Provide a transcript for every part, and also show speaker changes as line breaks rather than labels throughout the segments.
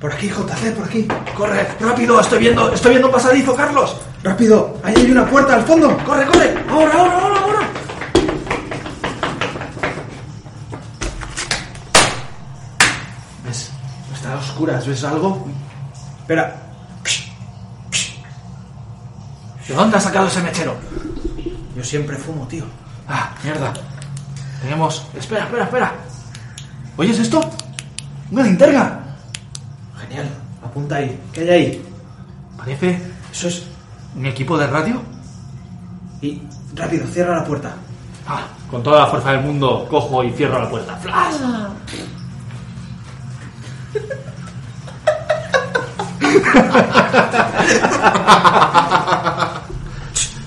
Por aquí, JC, por aquí. Corre, rápido, estoy viendo, estoy viendo un pasadizo, Carlos. Rápido, ahí hay una puerta al fondo. Corre, corre. Ahora, ahora, ahora, ahora. ¿Ves? Está a oscuras, ¿ves algo? Espera. ¿De dónde ha sacado ese mechero? Yo siempre fumo, tío. Ah, mierda. Tenemos... Espera, espera, espera. ¿Oyes esto? Una linterna. Genial. Apunta ahí. ¿Qué hay ahí? Parece... Eso es... ¿Mi equipo de radio? Y... Rápido, cierra la puerta.
Ah, con toda la fuerza del mundo cojo y cierro la puerta. ¡Flash!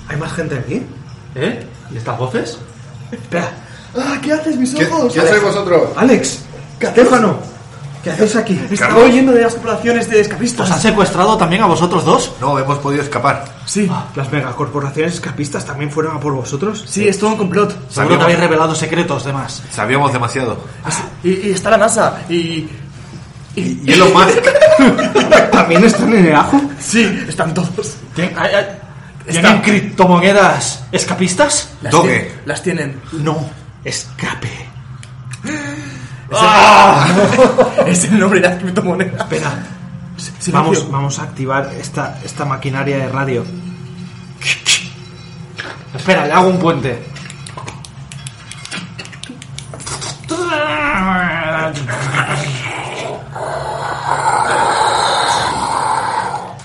¿Hay más gente aquí?
¿Eh? ¿Y estas voces?
Espera. Ah, ¿qué haces, mis
¿Qué-
ojos?
¿Quién sois vosotros?
Alex, Catéfano, ¿qué hacéis aquí? Estaba oyendo de las poblaciones de escapistas.
¿Os han secuestrado también a vosotros dos? Ah.
No, hemos podido escapar.
Sí, las megacorporaciones escapistas también fueron a por vosotros. Sí, es todo un complot.
Seguro que habéis revelado secretos, demás.
Sabíamos demasiado.
Ah,
Y, y está la NASA. Y.
Y Elon Musk.
¿También están en el ajo?
Sí, están todos.
¿Tien- hay- hay-
Está.
¿Tienen criptomonedas escapistas?
Las
Doge.
tienen- Las tienen.
No, escape. ¡Ah!
Es el nombre de la criptomoneda.
Espera.
silencio.
Vamos, vamos a activar esta, esta maquinaria de radio.
Espera, le hago un puente.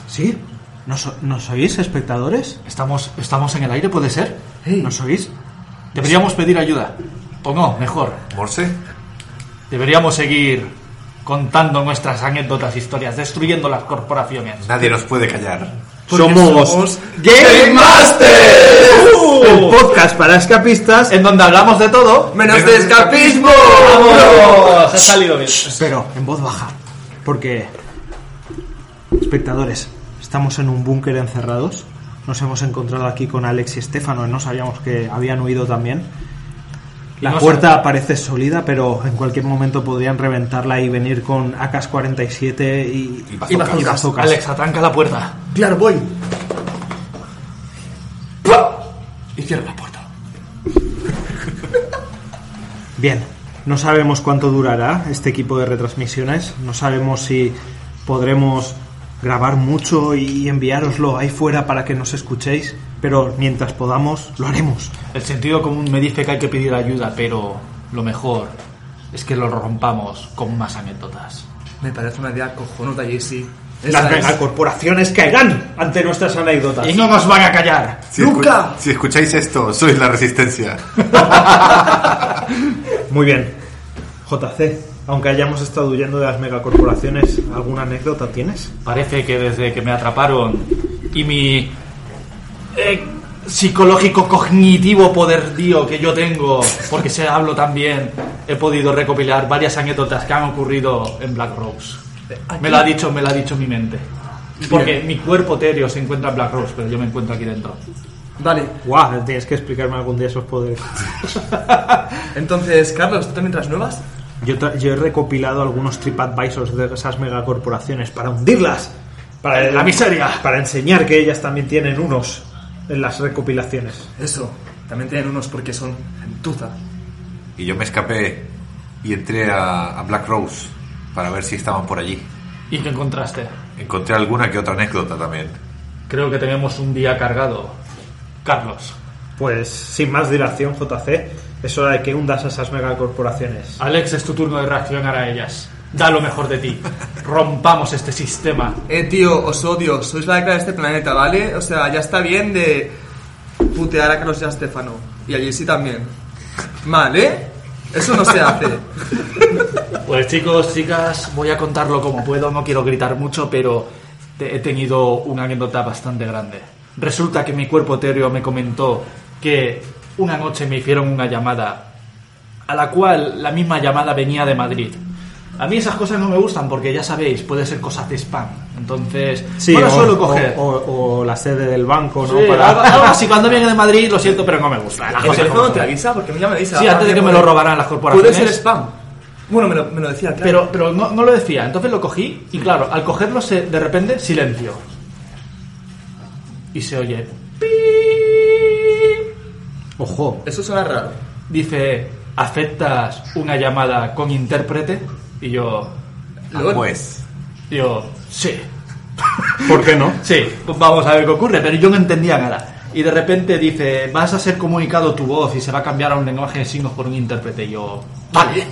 ¿Sí? ¿Nos, ¿Nos oís, espectadores?
Estamos, estamos en el aire, ¿puede ser?
¿Nos oís?
Deberíamos pedir ayuda. O no, mejor.
Morse.
Deberíamos seguir contando nuestras anécdotas, historias, destruyendo las corporaciones.
Nadie nos puede callar.
Somos,
Game Master.
El podcast para escapistas.
en donde hablamos de todo.
Menos de escapismo.
¡Vamos! Ha salido bien.
Pero en voz baja. Porque. Espectadores, estamos en un búnker encerrados. Nos hemos encontrado aquí con Alex y Estefano. No sabíamos que habían huido también. La
No
puerta parece sólida, pero en cualquier momento podrían reventarla y venir con AK-47 y,
Y bazookas.
y bazookas.
Alex, atranca la puerta.
Claro, voy.
Y cierra la puerta.
Bien, no sabemos cuánto durará este equipo de retransmisiones, no sabemos si podremos grabar mucho y enviároslo ahí fuera para que nos escuchéis, pero mientras podamos lo haremos.
El sentido común me dice que hay que pedir ayuda, pero lo mejor es que lo rompamos con más anécdotas.
Me parece una idea cojonuda, JC.
Las
Esa es.
megacorporaciones caerán ante nuestras anécdotas.
Y no nos van a callar.
Si escu-
¡Nunca!
si escucháis esto, sois la resistencia.
Muy bien. JC, aunque hayamos estado huyendo de las megacorporaciones, ¿alguna anécdota tienes?
Parece que desde que me atraparon y mi eh, psicológico cognitivo poderío que yo tengo, porque se hablo también, he podido recopilar varias anécdotas que han ocurrido en Black Rose. Me lo ha dicho, me lo ha dicho mi mente. Porque mi cuerpo etéreo se encuentra en Black Rose, pero yo me encuentro aquí dentro.
Vale,
Guau, tienes que explicarme algún día esos poderes.
entonces, Carlos, ¿tú también traes nuevas?
Yo, tra- yo he recopilado algunos TripAdvisors de esas megacorporaciones para hundirlas. Para
La miseria.
Para enseñar que ellas también tienen unos en las recopilaciones.
Eso. También tienen unos porque son gentuza.
Y yo me escapé y entré a, a Black Rose para ver si estaban por allí.
¿Y qué encontraste?
Encontré alguna que otra anécdota también.
Creo que tenemos un día cargado. Carlos,
Pues sin más dilación, JC, es hora de que hundas a esas megacorporaciones.
Alex, es tu turno de reaccionar a ellas. Da lo mejor de ti. Rompamos este sistema.
Eh, tío, os odio. Sois la cara de este planeta, ¿vale? O sea, ya está bien de putear a Carlos y a Stefano. Y a JC también. Mal, ¿eh? Eso no se hace.
Pues chicos, chicas, voy a contarlo como puedo, no quiero gritar mucho, pero te- he tenido una anécdota bastante grande. Resulta que mi cuerpo etéreo me comentó que una noche me hicieron una llamada, a la cual la misma llamada venía de Madrid. A mí esas cosas no me gustan porque ya sabéis, puede ser cosas de spam. Entonces,
Sí,
no
o,
las suelo coger.
O, o- o la sede del banco, ¿no?
Sí,
Para-
algo- algo así, cuando viene de Madrid, lo siento, pero no me gusta. Las
¿El
cosas
teléfono
como
te
son.
avisa? Porque a mí ya me avisa.
Sí, antes de que me lo robaran las
"Ah, Puede
corporaciones.
ser spam. Bueno, me lo, me lo decía, claro.
Pero, pero no, no lo decía, entonces lo cogí y claro, al cogerlo se, de repente silencio. Y se oye. pi. Ojo.
Eso suena raro.
Dice, ¿aceptas una llamada con intérprete? Y yo,
Ah,
Lol.
pues.
yo, sí,
¿Por qué no?
sí, pues vamos a ver qué ocurre, pero yo no entendía nada. Y de repente dice, vas a ser comunicado tu voz y se va a cambiar a un lenguaje de signos por un intérprete. Y yo, vale.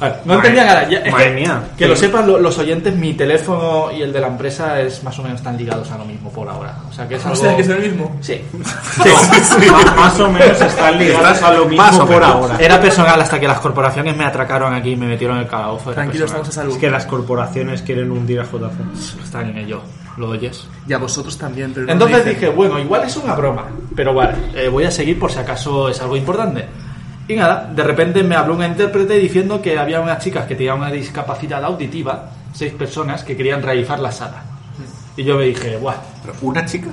Vale, no entendía nada. ya-
Madre mía.
Que lo sepan lo- los oyentes, mi teléfono y el de la empresa es más o menos están ligados a lo mismo por ahora. O sea que es
O
algo...
sea, que es el mismo.
Sí.
Más- Más o menos están ligadas a lo mismo
Más o
por
menos.
ahora.
Era personal hasta que las corporaciones me atracaron aquí y me metieron en el calabozo. Era
Tranquilos,
personal.
estamos a salvo.
Es que las corporaciones quieren hundir a JC.
Están en ello. ¿Lo oyes?
Y a vosotros también, pero no
Entonces
dicen.
dije, bueno, igual es una broma, pero vale, eh, voy a seguir por si acaso es algo importante. Y nada, de repente me habló una intérprete diciendo que había unas chicas que tenían una discapacidad auditiva, seis personas, que querían realizar la sala. Y yo me dije, guau.
¿pero ¿Una chica?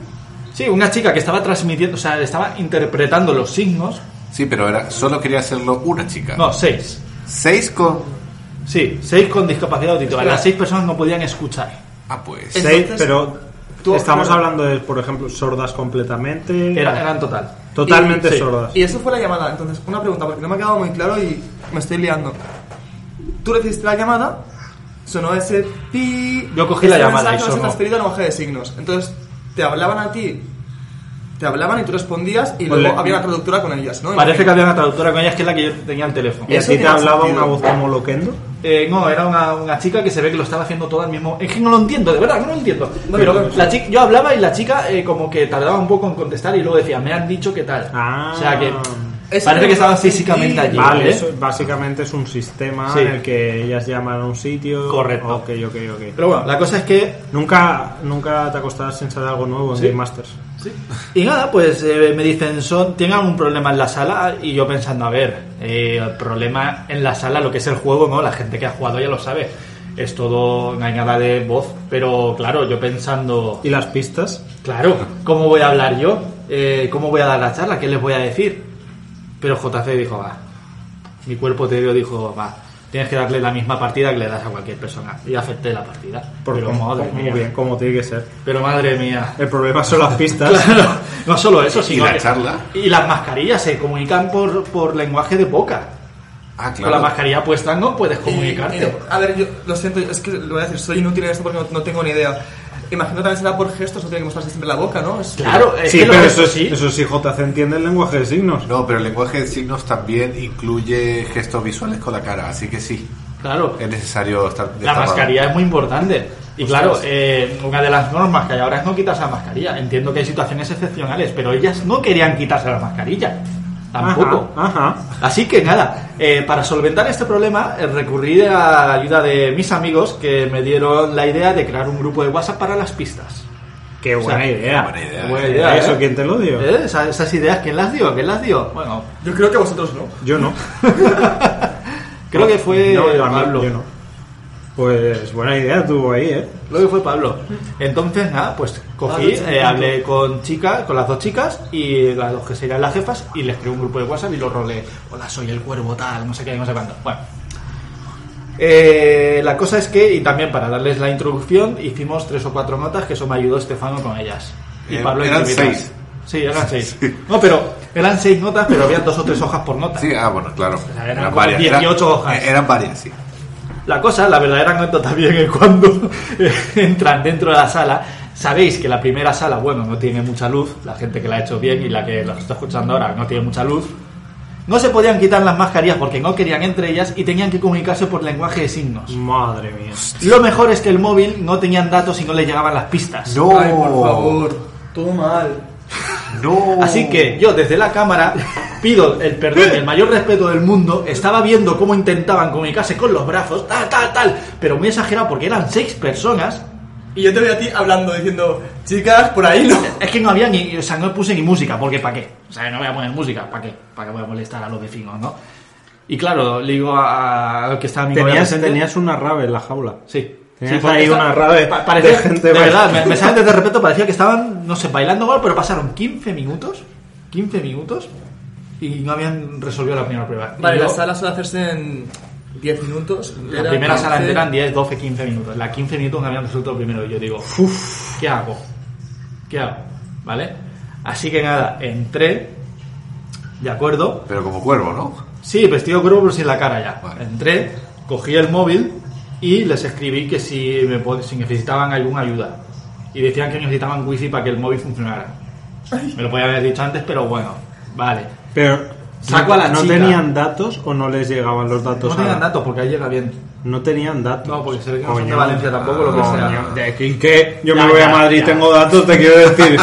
Sí, una chica que estaba transmitiendo, o sea, estaba interpretando los signos.
Sí, pero era, solo quería hacerlo una chica.
No, seis.
Seis con.
Sí, seis con discapacidad auditiva.
Espera.
Las seis personas no podían escuchar.
Ah, pues.
Es-
Seis,
Entonces,
pero
tú-
estamos
claro.
hablando de, por ejemplo, sordas completamente.
Era- eran total.
Totalmente
Y- sí.
sordas.
Y eso fue la llamada. Entonces, una pregunta, porque no me ha quedado muy claro y me estoy liando. Tú recibiste la llamada, sonó ese pi.
Yo cogí la
ese
llamada
mensaje
y
va a ser
sonó.
transferido al lenguaje de signos. Entonces, te hablaban a ti, te hablaban y tú respondías y
Pues
luego
le-
había una traductora con ellas, ¿no?
Parece que había una traductora con ellas que es la que yo tenía el teléfono.
¿Y a
eso
ti te
tiene
hablaba
sentido.
una voz como Loquendo?
Eh, no, era una, una chica que se ve que lo estaba haciendo todo al mismo. Es que no lo entiendo, de verdad, no lo entiendo.
No,
Pero
no, no.
la chica, yo hablaba y la chica eh, como que tardaba un poco en contestar y luego decía, me han dicho que tal.
Ah.
o sea que
Eso
parece
no
que estaban
lo entendí.
físicamente allí. ¿eh?
Vale,
¿vale?
eso básicamente es un sistema
Sí.
en el que ellas llaman a un sitio.
Correcto.
Ok, ok, ok.
Pero bueno, la cosa es que
Nunca, nunca te acostarás sin saber algo nuevo en
Sí.
Game Masters.
Y nada, pues eh, me dicen, son, ¿tienen algún problema en la sala? Y yo pensando, a ver, eh, el problema en la sala, lo que es el juego, ¿no? La gente que ha jugado ya lo sabe. Es todo, no hay nada de voz. Pero claro, yo pensando,
¿Y las pistas?
claro, ¿cómo voy a hablar yo? Eh, ¿Cómo voy a dar la charla? ¿Qué les voy a decir? Pero JC dijo, va. Mi cuerpo te dio, dijo, va. Tienes que darle la misma partida que le das a cualquier persona. Y acepté la partida.
Porque
Pero
como,
madre
como
mía.
bien, como tiene que ser.
Pero madre mía.
El problema son las pistas.
Claro, no solo eso, sino
la
que-
charla?
Y las mascarillas se comunican por, por lenguaje de boca.
Ah,
Con la
claro.
mascarilla puesta no puedes
Y-
comunicarte.
y- a ver, yo lo siento, es que lo voy a decir, soy inútil en esto porque no, no tengo ni idea. Imagino también será por gestos, no tiene que mostrarse siempre la boca, ¿no? Es-
claro, es
sí,
que lo
pero
que-
eso sí, eso sí, JC entiende el lenguaje de signos.
No, pero el lenguaje de signos también incluye gestos visuales con la cara, así que sí,
Claro,
es necesario estar.
la
destapado.
mascarilla es muy importante. Y claro, eh, una de las normas que hay ahora es no quitarse la mascarilla. Entiendo que hay situaciones excepcionales, pero ellas no querían quitarse la mascarilla. Tampoco.
Ajá, ajá.
Así que nada, eh, para solventar este problema eh, recurrí a la ayuda de mis amigos que me dieron la idea de crear un grupo de WhatsApp para las pistas.
Qué buena
sea,
idea.
buena idea.
Buena idea,
¿Eso
¿eh?
quién te lo dio?
¿Eh? Esa- Esas ideas, ¿quién las dio? ¿Quién las dio? Bueno,
Yo creo que vosotros no.
Yo no.
creo que fue
No, yo a mí-
Pablo.
yo no. Pues buena idea tuvo ahí, ¿eh?
Creo que fue Pablo. Entonces, nada, pues cogí,
Pablo,
eh, hablé con chicas, con las dos chicas y las dos que serían las jefas y les creé un grupo de WhatsApp y los rolé. Hola, soy el cuervo tal, no sé qué, no sé cuánto. Bueno. Eh, la cosa es que, y también para darles la introducción, hicimos tres o cuatro notas que eso me ayudó Estefano con ellas. Y
Eh,
Pablo
eran
individual.
seis.
Sí, eran seis. No, pero eran seis notas, pero había dos o tres hojas por nota.
Sí, ah, bueno, claro.
sea, eran como 18
eran-
hojas.
eh, Eran varias, sí.
La cosa, la verdadera anécdota bien es cuando eh, entran dentro de la sala. Sabéis que la primera sala, bueno, no tiene mucha luz, la gente que la ha hecho bien y la que la está escuchando ahora no tiene mucha luz. No se podían quitar las mascarillas porque no querían entre ellas y tenían que comunicarse por lenguaje de signos.
Madre mía.
Lo mejor es que el móvil no tenían datos y no le llegaban las pistas.
No,
Ay, por favor, todo mal.
no.
Así que yo desde la cámara pido el perdón y el mayor respeto del mundo. Estaba viendo cómo intentaban comunicarse con los brazos, tal, tal, tal. Pero muy exagerado porque eran seis personas.
Y yo te veo a ti hablando, diciendo, chicas, por ahí no.
Es que no había ni, o sea, no puse ni música, porque ¿para qué? O sea, no voy a poner música, ¿para qué? ¿Para qué voy a molestar a los vecinos, no? Y claro, le digo a- al que estaba mi
Tenías,
novia-
tenías una rave en la jaula.
Sí.
Tenías
Sí,
ahí
esta-
una rave
pa- parecía-
de gente
de
bailando.
verdad, me, me salen desde de repente, parecía que estaban, no sé, bailando o algo, pero pasaron 15 minutos, 15 minutos, y no habían resolvido la primera prueba. Y
Vale,
yo-
la sala suele hacerse en 10 minutos.
la
Era
primera sala
15.
entera en 10, 12, 15 minutos. La 15 minutos me habían resuelto primero. Y yo digo, uff, ¿qué hago? ¿Qué hago? ¿Vale? Así que nada, entré, de acuerdo,
Pero como cuervo, ¿no?
Sí, vestido de cuervo pero sin la cara ya.
Vale.
Entré, cogí el móvil y les escribí que si, me, pod- si necesitaban alguna ayuda. Y decían que necesitaban wifi para que el móvil funcionara. Me lo podía haber dicho antes, pero bueno, vale.
Pero
Saco a la
no
chica.
tenían datos o no les llegaban los datos.
No
a la-
tenían datos porque ahí llega bien.
No tenían datos.
No, porque se ve que no
Coño.
son de Valencia tampoco, lo que sea.
De aquí que yo
Ya,
me voy
ya,
a Madrid
ya.
tengo datos, te quiero decir.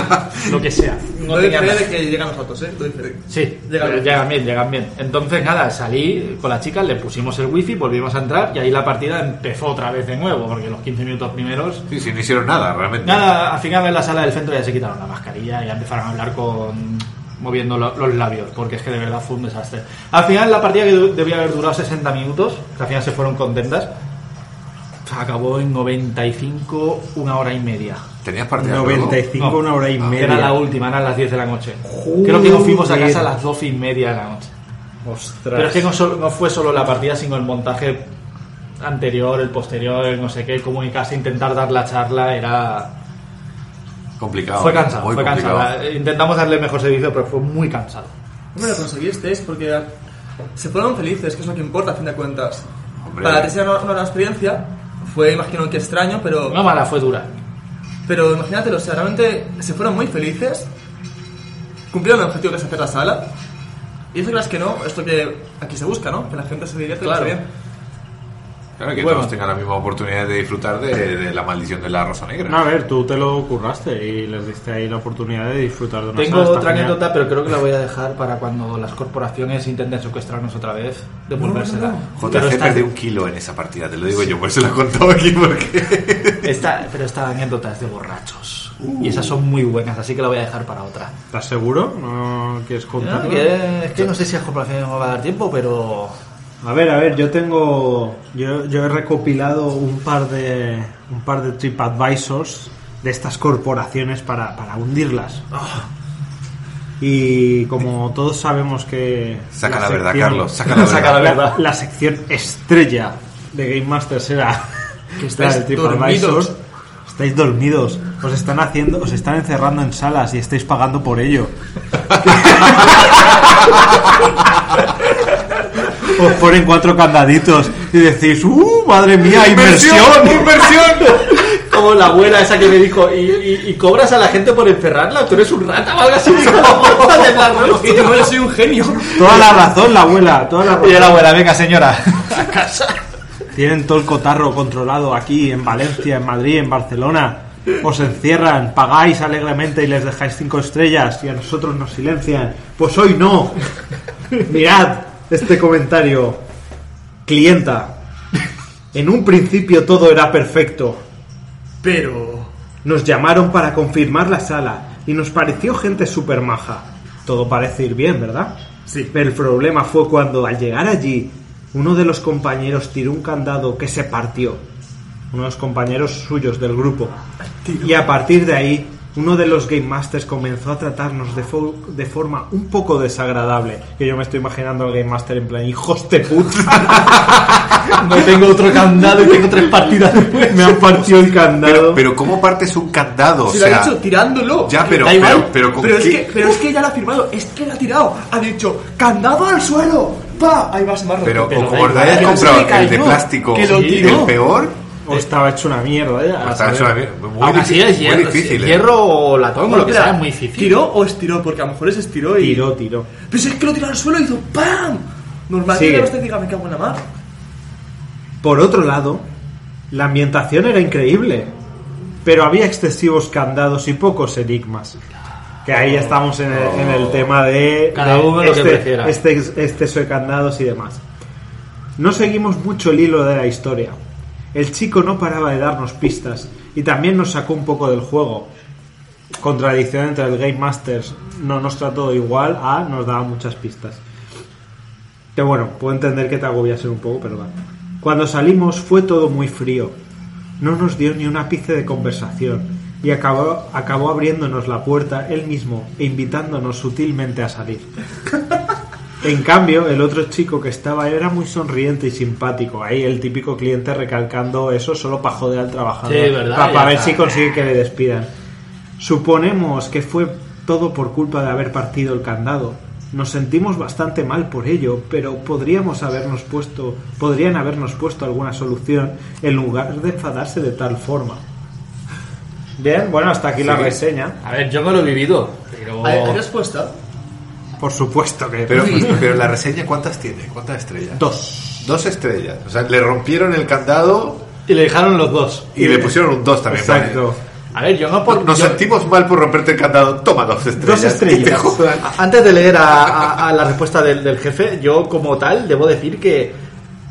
Lo que sea.
No doy fe de que llegan los fotos, ¿eh? Doy fe.
Sí,
Llegan
pero
bien.
llegan bien, llegan bien. Entonces, nada, salí con la chica, le pusimos el wifi, volvimos a entrar y ahí la partida empezó otra vez de nuevo, porque los 15 minutos primeros
Sí, sí, no hicieron nada, realmente.
Nada, al final en la sala del centro ya se quitaron la mascarilla y ya empezaron a hablar con moviendo lo- los labios, porque es que de verdad fue un desastre. Al final la partida que du- debía haber durado 60 minutos, que al final se fueron contentas, acabó en 95, una hora y media.
¿Tenías partida de cuervo?
95,
No.
una hora y
Que
media.
Era la última, eran las 10 de la noche. Creo que nos fuimos a casa a las 12 y media de la noche.
Ostras.
Pero es que no, solo- no fue solo la partida, sino el montaje anterior, el posterior, el no sé qué, comunicarse, intentar dar la charla, era...
Complicado.
Fue cansado,
Muy
fue
complicado.
cansado. eh, Intentamos darle mejor servicio, pero fue muy cansado.
¿Cómo lo conseguisteis? Porque se fueron felices, que es lo que importa a fin de cuentas.
Hombre.
Para ti sea una, una nueva experiencia, fue imagino que extraño, pero,
No mala, fue dura.
pero imagínatelo, o sea, realmente se fueron muy felices, cumplieron el objetivo que es hacer la sala, y eso creas que no, es lo que aquí se busca, ¿no? Que la gente se divierta y lo
Claro.
pase bien.
Claro que
Bueno.
todos tengan la misma oportunidad de disfrutar de, de la maldición de la rosa negra.
No, a ver, tú te lo curraste y les diste ahí la oportunidad de disfrutar de una
Tengo
sala, está
otra
genial.
anécdota, pero creo que la voy a dejar para cuando las corporaciones intenten secuestrarnos otra vez, devolvérsela. Pero,
JC
esta,
perdió un kilo en esa partida, te lo digo yo, por eso lo he contado aquí porque...
esta- pero esta anécdota es de borrachos. Y esas son muy buenas, así que la voy a dejar para otra.
¿Estás seguro? ¿No quieres
Ah,
contarlo?
que- es que no sé si las corporaciones me va a dar tiempo, pero...
A ver, a ver, yo tengo. Yo, yo he recopilado un par de. un par de TripAdvisors de estas corporaciones para, para hundirlas.
Ah.
Y como todos sabemos que.
Saca la verdad, Carlos, saca la
Saca la
verdad.
verdad.
la sección estrella de Game Masters era
Que estáis
la del TripAdvisor.
dormidos.
Estáis dormidos, os están haciendo, os están encerrando en salas y estáis pagando por ello. os ponen cuatro candaditos y decís, ¡uh, madre mía, inversión!
Como la abuela esa que me dijo, ¿y, y- y cobras a la gente por encerrarla? ¿Tú eres un rata o algo así?
Yo soy un genio.
Toda la razón, la abuela, toda la razón.
Y la abuela, venga señora, a casa.
Tienen todo el cotarro controlado aquí en Valencia, en Madrid, en Barcelona. Os encierran, pagáis alegremente y les dejáis cinco estrellas y a nosotros nos silencian. Pues hoy no. Mirad este comentario. Clienta. En un principio todo era perfecto.
Pero...
Nos llamaron para confirmar la sala y nos pareció gente súper maja. Todo parece ir bien, ¿verdad?
Sí.
Pero el problema fue cuando al llegar allí, uno de los compañeros tiró un candado que se partió. Uno de los compañeros suyos del grupo. Y a partir de ahí, uno de los Game Masters comenzó a tratarnos de, fo- de forma un poco desagradable. Que yo me estoy imaginando al Game Master en plan, hijos de puta,
No tengo otro candado y tengo tres partidas
me han partido el
Pero,
candado.
pero ¿cómo partes un candado?
Si
o
lo
sea,
ha dicho tirándolo.
Ya, pero-
Da igual.
pero- pero con
es
qué-
que, pero es que ya lo ha firmado. Es que lo ha tirado. Ha dicho, candado al suelo. Pa, ahí vas más
pero,
roto.
o como
da
le hayas
igual,
comprado
que no se le
el de
cayó,
plástico,
que lo
el
tiró.
peor,
o estaba hecho una mierda. ya, a
o
saber.
sea, eso es muy,
Aún así
difícil,
es
muy
hierro,
difícil, ¿eh?
hierro o latón o lo que
Espera,
sea, es muy difícil.
¿Tiró o estiró? Porque a lo mejor es estiró y.
Tiró, tiró.
Pero si es que lo tiró al suelo y hizo ¡pam! Normal
Sigue.
que usted diga, me cago en la mar.
Por otro lado, la ambientación era increíble, pero había excesivos candados y pocos enigmas. Que ahí ya estamos en el, en el tema de,
Cada
de
uno lo que
este,
prefiera.
este, este eso de candados y demás. No seguimos mucho el hilo de la historia. El chico no paraba de darnos pistas y también nos sacó un poco del juego. Contradicción entre el Game Masters no nos trató igual a nos daba muchas pistas. Que bueno, puedo entender que te agobiase un poco, pero va. Cuando salimos fue todo muy frío. No nos dio ni un ápice de conversación y acabó, acabó abriéndonos la puerta él mismo e invitándonos sutilmente a salir. En cambio, el otro chico que estaba era muy sonriente y simpático. Ahí el típico cliente recalcando eso solo para joder al trabajador.
Sí, ¿verdad?
Pa- Para,
Ya
ver
está.
si consigue que le despidan. Suponemos que fue todo por culpa de haber partido el candado. Nos sentimos bastante mal por ello, pero podríamos habernos puesto, podrían habernos puesto alguna solución en lugar de enfadarse de tal forma. Bien, bueno, hasta aquí la reseña.
A ver, yo no lo he vivido, pero.
¿Hay, hay respuesta?
Por supuesto que
Pero, pues, pero la reseña, ¿cuántas tiene? ¿Cuántas estrellas?
dos.
Dos estrellas. O sea, le rompieron el candado
Y le dejaron los dos.
y le pusieron un dos también. ¿vale?
Exacto.
A ver, yo no por.
Nos
yo-
sentimos mal por romperte el candado. Toma dos estrellas.
Dos estrellas.
Y te jodan.
Antes de leer a, a- a la respuesta del, del jefe, yo como tal debo decir que,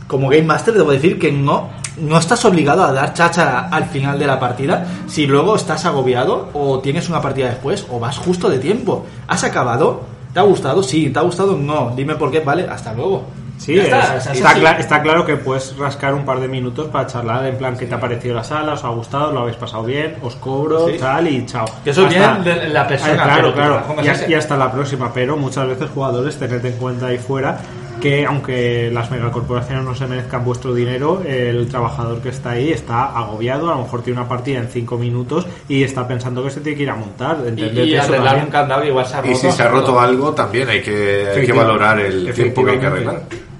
como Game Master, debo decir que no, no estás obligado a dar chacha al final de la partida si luego estás agobiado o tienes una partida después o vas justo de tiempo. ¿Has acabado? ¿Te ha gustado? Sí. ¿Te ha gustado? No. Dime por qué, vale. Hasta luego.
Sí,
Ya
es- está,
o sea, eso sí.
cla- está claro que puedes rascar un par de minutos para charlar en plan qué te ha parecido la sala, os ha gustado, lo habéis pasado bien, os cobro,
Sí.
tal y chao.
Que eso bien de la persona,
Ah, claro,
pero que la
claro.
pongas
Y, a-
ese.
y hasta la próxima, pero muchas veces jugadores tened en cuenta ahí fuera que aunque las megacorporaciones no se merezcan vuestro dinero, el trabajador que está ahí está agobiado, a lo mejor tiene una partida en 5 minutos y está pensando que se tiene que ir a montar.
Y,
entended
y
eso
arreglar
también.
un candado igual se ha roto.
Y si se ha roto algo, también hay que, hay que
Efectivamente.
valorar el tiempo que hay que arreglar.
Efectivamente.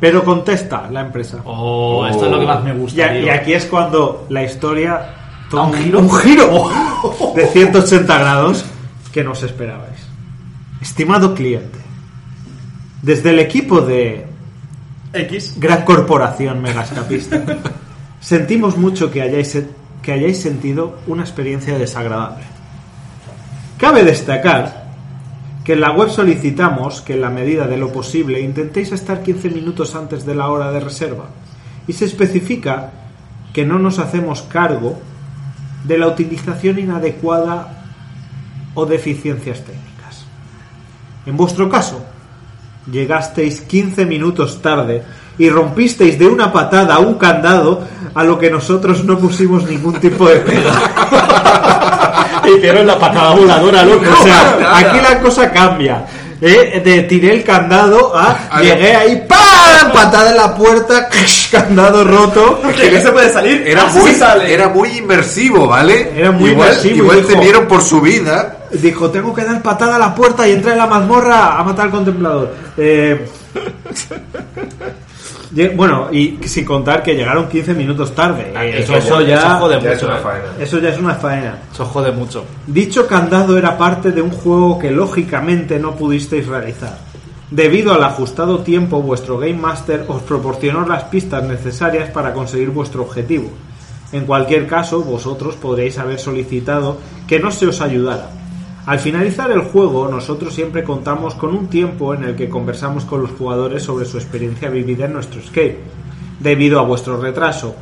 Pero contesta la empresa.
Oh, esto es lo que más me gusta.
Y, a-
tío.
y aquí es cuando la historia toma
un giro.
un giro de 180 grados que no os esperabais. Estimado cliente, desde el equipo de
X.
Gran Corporación Megascapista, sentimos mucho que hayáis, que hayáis sentido una experiencia desagradable. Cabe destacar que en la web solicitamos que en la medida de lo posible intentéis estar 15 minutos antes de la hora de reserva y se especifica que no nos hacemos cargo de la utilización inadecuada o deficiencias técnicas. En vuestro caso, llegasteis 15 minutos tarde y rompisteis de una patada un candado a lo que nosotros no pusimos ningún tipo de pega. E Hicieron la patada voladora, loco. O sea, aquí la cosa cambia. ¿eh? De tiré el candado a llegué ahí, ¡pam! Patada en la puerta, candado roto.
Que no se puede salir.
Era
así
muy,
sale.
era muy inmersivo, ¿vale?
Era muy
igual,
inmersivo,
Igual
dijo.
te vieron por su vida.
Dijo, tengo que dar patada a la puerta y entrar en la mazmorra a matar al contemplador. Eh, lle- bueno, y sin contar que llegaron 15 minutos tarde. Eh,
Ah, eso, eso ya, eso jode
Ya
mucho.
es una
eh.
faena.
eso ya es una faena.
Eso jode mucho.
Dicho candado era parte de un juego que lógicamente no pudisteis realizar. Debido al ajustado tiempo, vuestro Game Master os proporcionó las pistas necesarias para conseguir vuestro objetivo. En cualquier caso, vosotros podréis haber solicitado que no se os ayudara. Al finalizar el juego, nosotros siempre contamos con un tiempo en el que conversamos con los jugadores sobre su experiencia vivida en nuestro escape. Debido a vuestro retraso,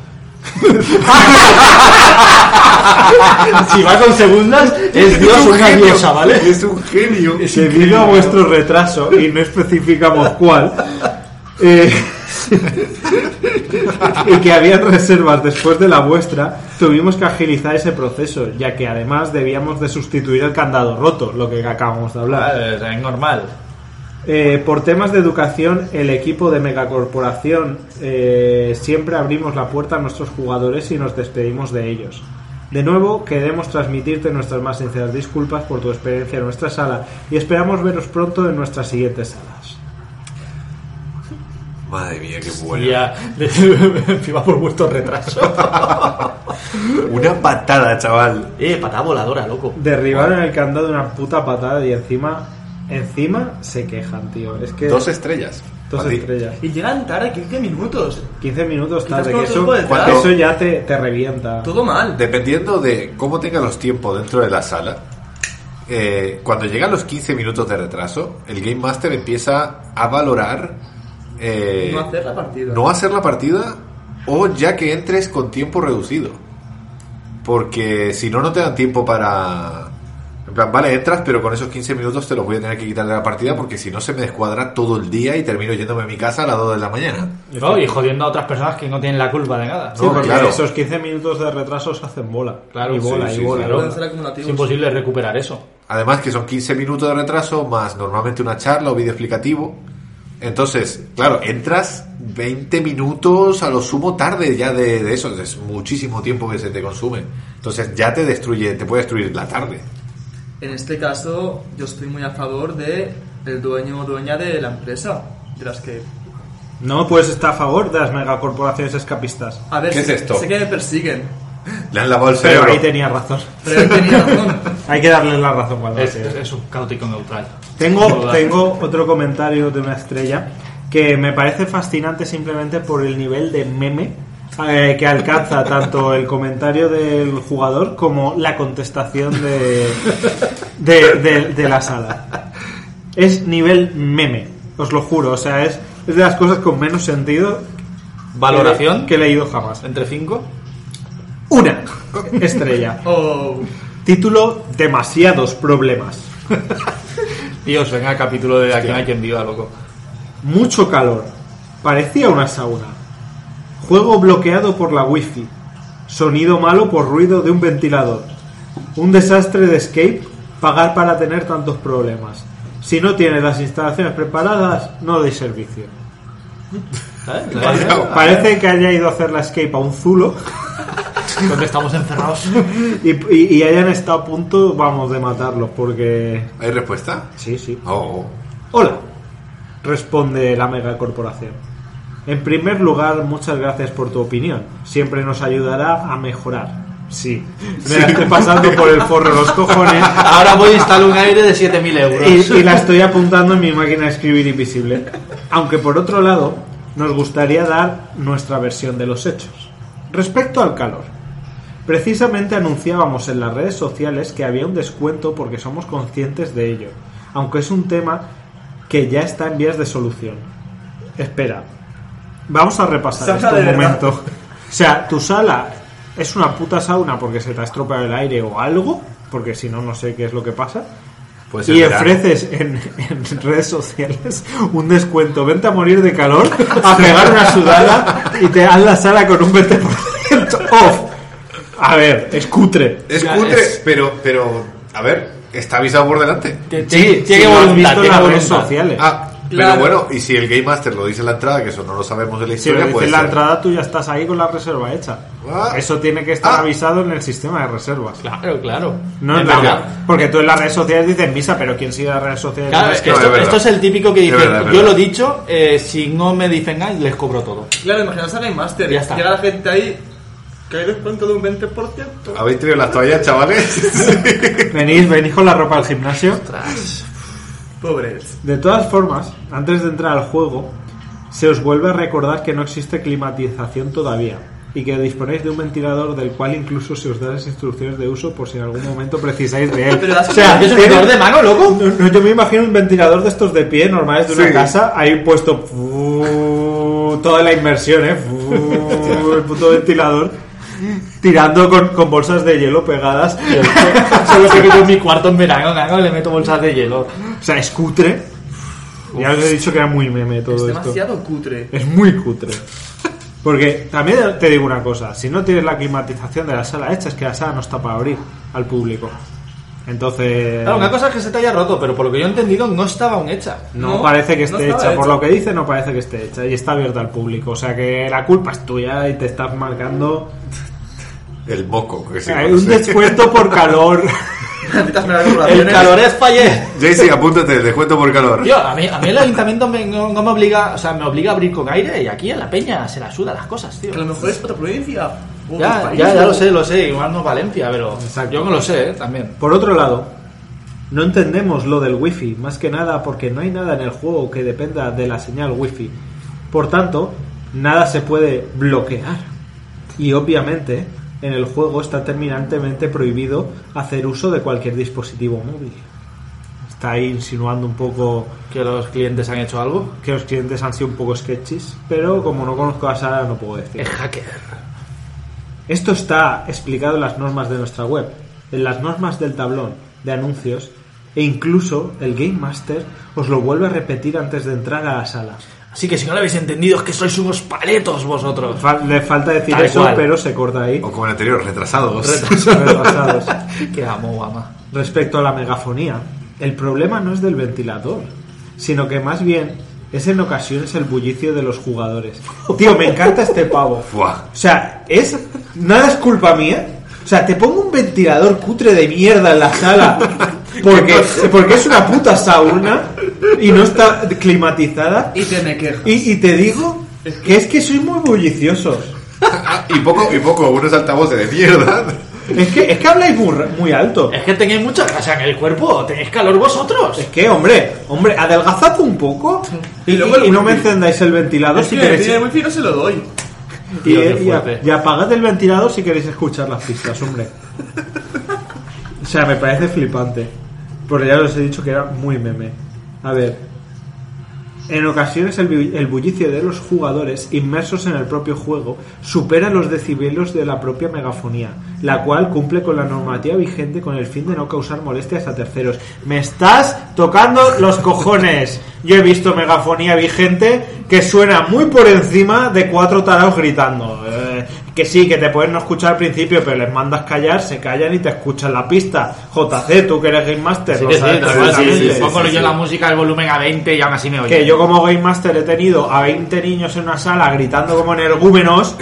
Si va con segundas, es Dios
un
una
genio,
diosa, ¿vale?
Es un genio.
Debido a vuestro retraso, y no especificamos cuál, eh, y que había reservas después de la vuestra, tuvimos que agilizar ese proceso, ya que además debíamos de sustituir el candado roto, lo que acabamos de hablar.
Vale, es normal.
Eh, por temas de educación, el equipo de Megacorporación eh, siempre abrimos la puerta a nuestros jugadores y nos despedimos de ellos. De nuevo, queremos transmitirte nuestras más sinceras disculpas por tu experiencia en nuestra sala y esperamos veros pronto en nuestras siguientes salas.
Madre mía, qué bueno.
Ya, encima por vuestro retraso.
Una patada, chaval.
eh, patada voladora, loco.
Derribaron el candado de una puta patada y encima, encima se quejan, tío. Es que
Dos estrellas.
dos
A ti.
estrellas.
Y llegan tarde 15 minutos.
15 minutos
Quizás
tarde, que
cuando
eso,
tú puedes,
que
¿no?
eso ya te, te revienta.
Todo mal.
Dependiendo de cómo tengan los tiempos dentro de la sala, eh, cuando llegan los 15 minutos de retraso, el Game Master empieza a valorar eh,
No hacer la partida.
no hacer la partida o ya que entres con tiempo reducido. Porque si no, no te dan tiempo para... En plan, vale, entras, pero con esos 15 minutos te los voy a tener que quitar de la partida porque si no se me descuadra todo el día y termino yéndome a mi casa a las 2 de la mañana.
No, y jodiendo a otras personas que no tienen la culpa de nada.
Sí, No,
porque
claro.
esos 15 minutos de retraso se hacen bola.
Claro,
y bola,
sí,
y
sí,
bola.
sí.
y bola.
Pueden ser acumulativos.
Es imposible recuperar eso.
Además que son 15 minutos de retraso más normalmente una charla o vídeo explicativo. Entonces, claro, entras 20 minutos a lo sumo tarde ya de, de eso. Es muchísimo tiempo que se te consume. Entonces ya te destruye, te puede destruir la tarde.
En este caso, yo estoy muy a favor de el dueño o dueña de la empresa. De las que.
No, pues está a favor de las megacorporaciones escapistas.
A ver,
¿Qué
sé-
es esto?
Sé que me persiguen.
Le han lavado el
Pero
cerebro.
ahí tenía razón.
Pero él tenía razón.
Hay que darle la razón cuando
Es,
sea.
es- es un caótico neutral.
Tengo, tengo otro comentario de una estrella que me parece fascinante simplemente por el nivel de meme eh, que alcanza tanto el comentario del jugador como la contestación de, de, de- de la sala. Es nivel meme, os lo juro. O sea, es, es de las cosas con menos sentido
Valoración
que he leído jamás.
entre 5.
Una estrella.
O.
Título Demasiados problemas.
Dios, venga, capítulo de Aquí no hay quien viva, loco.
Mucho calor. Parecía una sauna. Juego bloqueado por la wifi. Sonido malo por ruido de un ventilador. Un desastre de escape. Pagar para tener tantos problemas. Si no tienes las instalaciones preparadas, no deis servicio.
¿Sabes?
Parece que haya ido a hacer la escape a un zulo
Donde estamos encerrados.
y, y- y hayan estado a punto, vamos, de matarlos, porque...
¿Hay respuesta?
Sí, sí.
Oh, oh.
Hola, responde la megacorporación. En primer lugar, muchas gracias por tu opinión. Siempre nos ayudará a mejorar. Sí, me la estoy pasando por el forro de los cojones
Ahora voy a instalar un aire de 7.000 euros.
y, y la estoy apuntando en mi máquina de escribir invisible. Aunque por otro lado, nos gustaría dar nuestra versión de los hechos. Respecto al calor, precisamente anunciábamos en las redes sociales que había un descuento porque somos conscientes de ello, aunque es un tema que ya está en vías de solución. Espera, vamos a repasar
Sauna
esto un
de verdad.
momento. O sea, tu sala es una puta sauna porque se te ha estropeado el aire o algo, porque si no, no sé qué es lo que pasa
Puede ser
y
verano.
ofreces en, en redes sociales un descuento. Vente a morir de calor, a pegar una sudada y te dan la sala con un 20% off. A ver, es cutre.
Es
Ya,
cutre,
es-
pero, pero, a ver, está avisado por delante.
Tiene
si lo has visto en las redes sociales.
Ah,
Claro.
pero bueno, y si el Game Master lo dice en la entrada, que eso no lo sabemos de la
Si lo
historia,
dices
puede
en la
ser.
entrada, tú ya estás ahí con la reserva hecha.
Ah.
Eso tiene que estar
Ah.
avisado en el sistema de reservas.
Claro, claro.
No en
Es
la-
verdad.
porque tú en las redes sociales dices misa, pero quien sigue las redes sociales
Claro,
no
es
es
que
No, es
esto,
verdad.
esto es el típico que
Es
dice,
verdad, es
yo
verdad.
lo he dicho, eh, si no me defengáis les cobro todo.
Claro, imaginaos a Game Master.
Ya está.
Llega la gente ahí. Que hay descuento de un 20%.
¿Habéis traído las toallas, chavales?
Venís, venís con la ropa al gimnasio.
Pobres.
De todas formas, antes de entrar al juego, se os vuelve a recordar que no existe climatización todavía y que disponéis de un ventilador del cual incluso se os da las instrucciones de uso por si en algún momento precisáis de él.
Pero das-
O sea,
¿Yo soy
tiene-
vendedor de mago, loco?
no, no, yo me imagino un ventilador de estos de pie normales de una
Sí.
casa, ahí puesto fu- toda la inmersión, ¿eh? Fu- el puto ventilador. Tirando con, con bolsas de hielo pegadas.
Solo sé que yo en mi cuarto en verano, cago, le meto bolsas de hielo.
O sea, es cutre. Ya os he dicho que era muy meme todo
Es
esto.
demasiado cutre.
Es muy cutre. Porque también te digo una cosa, si no tienes la climatización de la sala hecha, es que la sala no está para abrir al público. Entonces,
Claro, una cosa es que se te haya roto, pero por lo que yo he entendido no estaba aún hecha.
no,
no,
parece que
no
esté
estaba
hecha. Por
hecha.
lo que dice, no parece que esté hecha. Y está abierta al público. O sea que la culpa es tuya y te estás marcando...
el moco. Que se
Hay un
conoce.
descuento por calor.
Necesitas menos
El
regulaciones.
calor es fallé.
Jaycee, apúntate, descuento por calor.
Tío, a mí, a mí el ayuntamiento me- no, no me obliga, o sea, me obliga a abrir con aire y aquí en la peña se la suda las cosas, tío.
Que a lo mejor es otra provincia. o otro
Ya,
país,
ya, ya
o-
lo sé, lo sé, igual no es Valencia, pero
Exacto.
yo no lo sé, eh, también.
Por otro lado, no entendemos lo del wifi, más que nada porque no hay nada en el juego que dependa de la señal wifi. Por tanto, nada se puede bloquear. Y obviamente, en el juego está terminantemente prohibido hacer uso de cualquier dispositivo móvil. Está ahí insinuando un poco
¿Que los clientes han hecho algo?
que los clientes han sido un poco sketches, pero como no conozco a Sara no puedo decir.
Es hacker.
Esto está explicado en las normas de nuestra web, en las normas del tablón de anuncios e incluso el Game Master os lo vuelve a repetir antes de entrar a la sala.
Así que si no lo habéis entendido es que sois unos paletos vosotros.
Fal- le falta decir
Tal
eso,
cual. Oh,
pero se corta ahí.
O como el anterior, retrasados.
Retrasados.
que amo, ama.
Respecto a la megafonía, el problema no es del ventilador, sino que más bien es en ocasiones el bullicio de los jugadores. Tío, me encanta este pavo.
Buah.
O sea, es. Nada es culpa mía. O sea, te pongo un ventilador cutre de mierda en la sala porque, porque es una puta sauna y no está climatizada.
Y te me quejas.
Y, y te digo que es que sois muy bulliciosos.
Ah, y poco, y poco, unos altavoces de mierda.
Es que, es que habláis muy, ra- muy alto.
Es que tenéis mucha grasa en el cuerpo, tenéis calor vosotros.
Es que, hombre, hombre, adelgazad un poco y,
Y luego el
y no me
wifi.
encendáis el ventilador
Es
si
que el
queréis.
tiene wifi no se lo doy.
Y, eh,
Tío, qué
y a-
fuerte.
y apagad el ventilador si queréis escuchar las pistas, hombre. O sea, me parece flipante. Porque ya os he dicho que era muy meme. A ver. En ocasiones el, bu- el bullicio de los jugadores inmersos en el propio juego supera los decibelios de la propia megafonía, la cual cumple con la normativa vigente con el fin de no causar molestias a terceros. Me estás tocando los cojones. Yo he visto megafonía vigente que suena muy por encima de cuatro taraos gritando. Eh, que sí, que te pueden no escuchar al principio, pero les mandas callar, se callan y te escuchan la pista. JC, tú que eres Game Master,
Sí,
lo
que sí,
sabes
tal cual, sí, sí,
perfectamente.
sí, Pongo yo la música al volumen a 20 y aún así me oye. eh.
Que yo como Game Master he tenido a 20 niños en una sala gritando como energúmenos,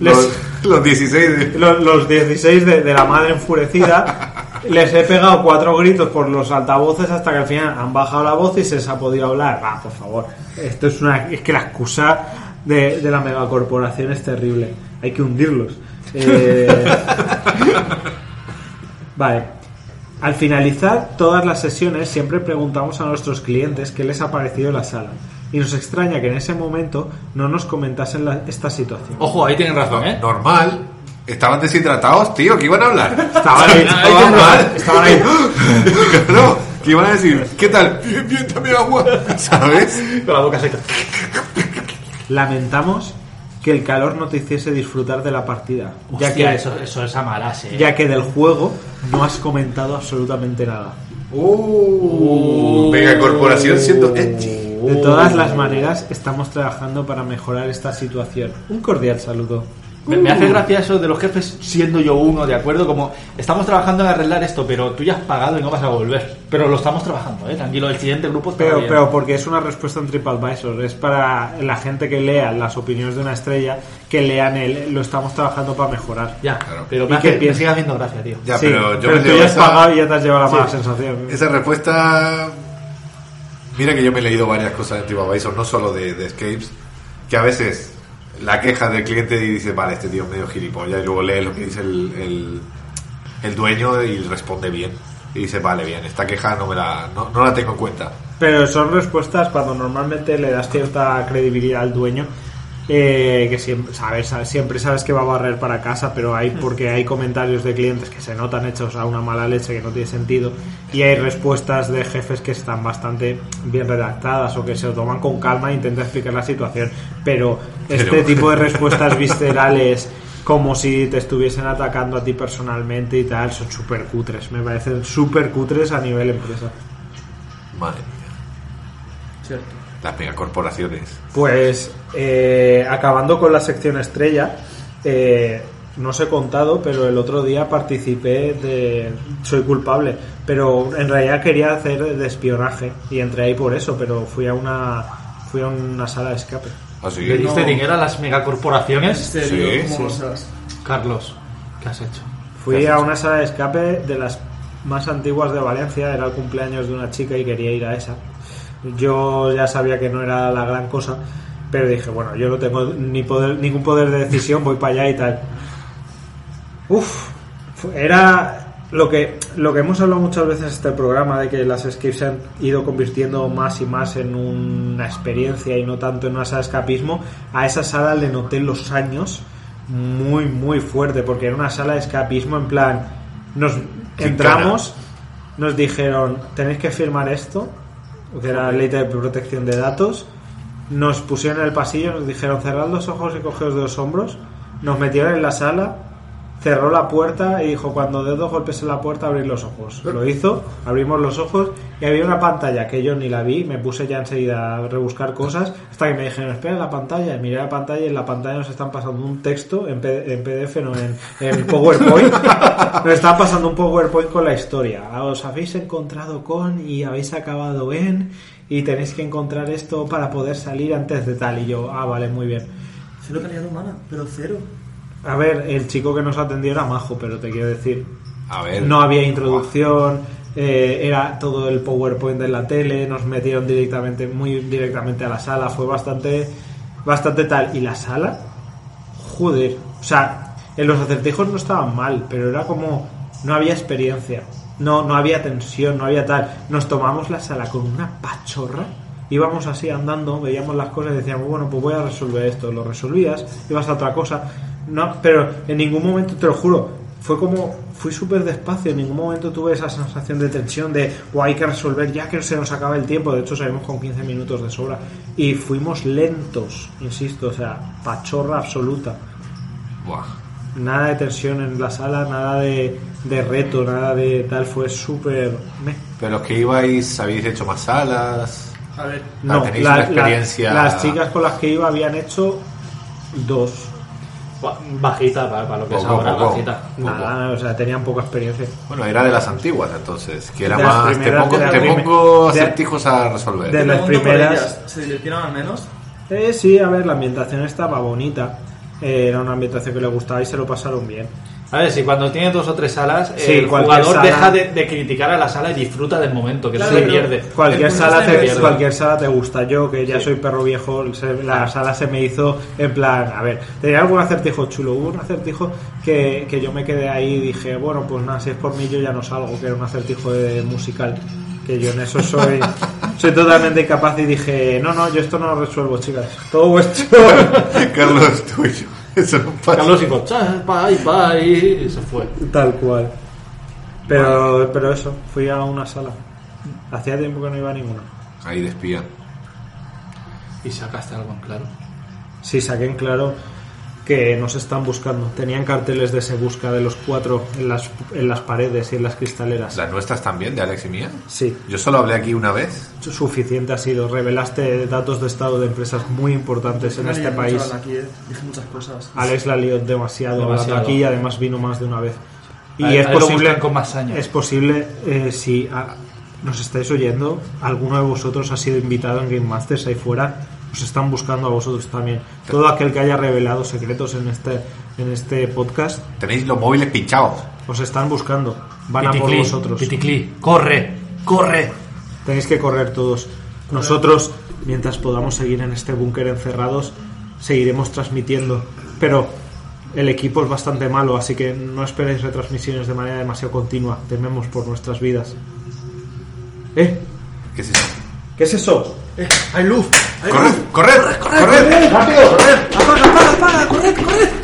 les,
Los, los 16 de-
los, los 16 de, de la madre enfurecida, les he pegado cuatro gritos por los altavoces hasta que al final han bajado la voz y se les ha podido hablar. Va, por favor. Esto es una... Es que la excusa de, de la megacorporación es terrible. Hay que hundirlos. Eh, Vale. Al finalizar todas las sesiones siempre preguntamos a nuestros clientes qué les ha parecido la sala y nos extraña que en ese momento no nos comentasen la- esta situación.
Ojo, ahí tienen razón, ¿eh?
Normal. Estaban deshidratados, tío, ¿qué iban a hablar?
Estaban ahí,
estaban mal.
estaban ahí.
Claro, que iban a decir, ¿qué tal? Bien, bien, dame agua, ¿sabes?
Con la boca seca.
Lamentamos que el calor no te hiciese disfrutar de la partida,
Ya
ya que
eso, eso es amarás, eh.
ya que del juego no has comentado absolutamente nada.
Uh, mega corporación siendo edgy.
Oh.
De todas las maneras, estamos trabajando para mejorar esta situación. Un cordial saludo.
Me, me
Uh.
hace gracia eso de los jefes siendo yo uno, ¿de acuerdo? Como estamos trabajando en arreglar esto, pero tú ya has pagado y no vas a volver. Pero lo estamos trabajando, ¿eh? Tranquilo, el siguiente grupo está
Pero,
bien.
pero porque es una respuesta en TripAdvisor, es para la gente que lea las opiniones de una estrella, que lean el lo estamos trabajando para mejorar.
Ya,
Claro.
pero
¿Y
me,
qué
hace, me
piensas?
sigue haciendo gracia, tío.
Ya,
Sí,
pero yo me
tú
leo
ya has
esa-
pagado y ya te has llevado la mala sensación.
Esa respuesta. Mira que yo me he leído varias cosas de TripAdvisor, no solo de, de Escapes, que a veces la queja del cliente y dice, vale, este tío es medio gilipollas, y luego lee lo que dice el, el, el dueño y responde bien. Y dice, vale, bien, esta queja no, me la, no, no la tengo en cuenta.
Pero son respuestas cuando normalmente le das cierta credibilidad al dueño, eh, que siempre sabes, sabes- siempre sabes que va a barrer para casa, pero hay porque hay comentarios de clientes que se notan hechos a una mala leche que no tiene sentido, y hay respuestas de jefes que están bastante bien redactadas o que se lo toman con calma e intentan explicar la situación, pero este
Pero-
tipo de respuestas viscerales como si te estuviesen atacando a ti personalmente y tal, son súper cutres, me parecen súper cutres a nivel empresa.
Madre mía,
Cierto.
las megacorporaciones.
Pues eh, acabando con la sección estrella, eh, no os he contado, pero el otro día participé de Soy culpable, pero en realidad quería hacer de espionaje y entré ahí por eso, pero fui a una fui a una sala de escape.
Así
¿Le
que.
diste
No.
dinero a las megacorporaciones?
En serio,
Sí,
¿cómo
sí.
lo sabes?
Carlos, ¿qué has hecho?
Fui a una sala de escape de las más antiguas de Valencia, era el cumpleaños de una chica y quería ir a esa. Yo ya sabía que no era la gran cosa, pero dije, bueno, yo no tengo ni poder, ningún poder de decisión, voy para allá y tal. Uf, fu- era lo que, lo que hemos hablado muchas veces en este programa, de que las escapes se han ido convirtiendo más y más en una experiencia y no tanto en una sala de escapismo. A esa sala le noté los años muy, muy fuerte, porque era una sala de escapismo en plan, nos entramos, nos dijeron, tenéis que firmar esto, que era la ley de protección de datos, nos pusieron en el pasillo, nos dijeron, cerrad los ojos y cogeos de los hombros, nos metieron en la sala, cerró la puerta y dijo, cuando dé dos golpes en la puerta, abrir los ojos. Lo hizo, abrimos los ojos y había una pantalla que yo ni la vi, me puse ya enseguida a rebuscar cosas, hasta que me dijeron, espera la pantalla, y miré la pantalla y en la pantalla nos están pasando un texto en, P- en PDF, no en, en PowerPoint, nos están pasando un PowerPoint con la historia. "Ah, Os habéis encontrado con y habéis acabado en y tenéis que encontrar esto para poder salir antes de tal y yo, ah, vale, muy bien.
Cero calidad humana, pero cero.
A ver, el chico que nos atendió era majo, pero te quiero decir,
A ver.
no había introducción, eh, era todo el PowerPoint de la tele, nos metieron directamente, muy directamente a la sala, fue bastante, bastante tal. Y la sala, joder, o sea, en los acertijos no estaban mal, pero era como, no había experiencia, no, no había tensión, no había tal. Nos tomamos la sala con una pachorra. Íbamos así andando, veíamos las cosas y decíamos, bueno, pues voy a resolver esto. Lo resolvías, ibas a otra cosa. No, pero en ningún momento, te lo juro, fue como fui súper despacio en ningún momento tuve esa sensación de tensión de o hay que resolver ya que se nos acaba el tiempo de hecho salimos con 15 minutos de sobra y fuimos lentos insisto o sea pachorra absoluta
Buah.
nada de tensión en la sala nada de, de reto nada de tal fue súper meh.
Pero los que ibais, habéis hecho más salas.
A ver,
Ah,
no
tenéis
la-
una
la-
experiencia-
las chicas con las que iba habían hecho dos
Ba- Bajita para, para lo que es
Poco,
ahora,
poco.
bajita.
nada o sea tenían poca experiencia
Bueno, era de las antiguas entonces, que era
De las
más.
primeras,
te pongo,
de las
te
primeras.
pongo
De-
acertijos a resolver.
de las
pregunto por
primeras-
ellas, ¿Se divirtieron al menos?
Eh, sí, a ver, la ambientación estaba bonita. Eh, era una ambientación que le gustaba y se lo pasaron bien.
A ver, si cuando tiene dos o tres salas,
Sí,
el
cualquier
jugador
sala.
deja de, de criticar a la sala y disfruta del momento, que
Claro,
no se
pero-
pierde.
Cualquier
El punto
sala,
está
te,
en eso.
cualquier sala te gusta. Yo, que ya soy perro viejo, se-
Ah.
la sala se me hizo en plan, a ver, tenía algún acertijo chulo. Hubo un acertijo que, que yo me quedé ahí y dije, bueno, pues nada, si es por mí yo ya no salgo, que era un acertijo de musical. Que yo en eso soy, soy totalmente incapaz y dije, no, no, yo esto no lo resuelvo, chicas. Todo vuestro.
Carlos, tuyo. Eso no pasa.
Carlos dijo, "Chas, bye, bye, y se fue.
Tal cual. Pero, pero eso, fui a una sala. Hacía tiempo que no iba a ninguna.
Ahí despía.
Y sacaste algo en claro.
Sí, saqué en claro que nos están buscando. Tenían carteles de se busca de los cuatro en las, en las paredes y en las cristaleras.
Las nuestras también, de Alex y mía.
Sí,
Yo solo hablé aquí una vez.
suficiente ha sido. Revelaste datos de estado de empresas muy importantes en
Me lié
este
mucho
país.
hablando Aquí, eh. Dije muchas cosas.
Alex la lió demasiado, hablando
Demasiado.
aquí y además vino más de una vez. Y
A él-
es,
a él lo
posible,
buscan con más años.
es posible, eh, si ah, nos estáis oyendo, alguno de vosotros ha sido invitado en Game Masters ahí fuera, os están buscando a vosotros también. Todo aquel que haya revelado secretos en este, en este podcast,
Tenéis los móviles pinchados.
os están buscando. Van a por
Piticlí,
vosotros.
Piticlí, corre, corre.
Tenéis que correr todos. Nosotros, mientras podamos seguir en este búnker encerrados, seguiremos transmitiendo. Pero el equipo es bastante malo, así que no esperéis retransmisiones de manera demasiado continua. Tememos por nuestras vidas. ¿Eh?
¿Qué es eso?
¿Qué es eso?
Eh, hay luz. Hay luz.
¡Corred! ¡Corred! ¡Corred! ¡Corred!
¡Rápido!
Apaga, apaga, apaga, corred, corred.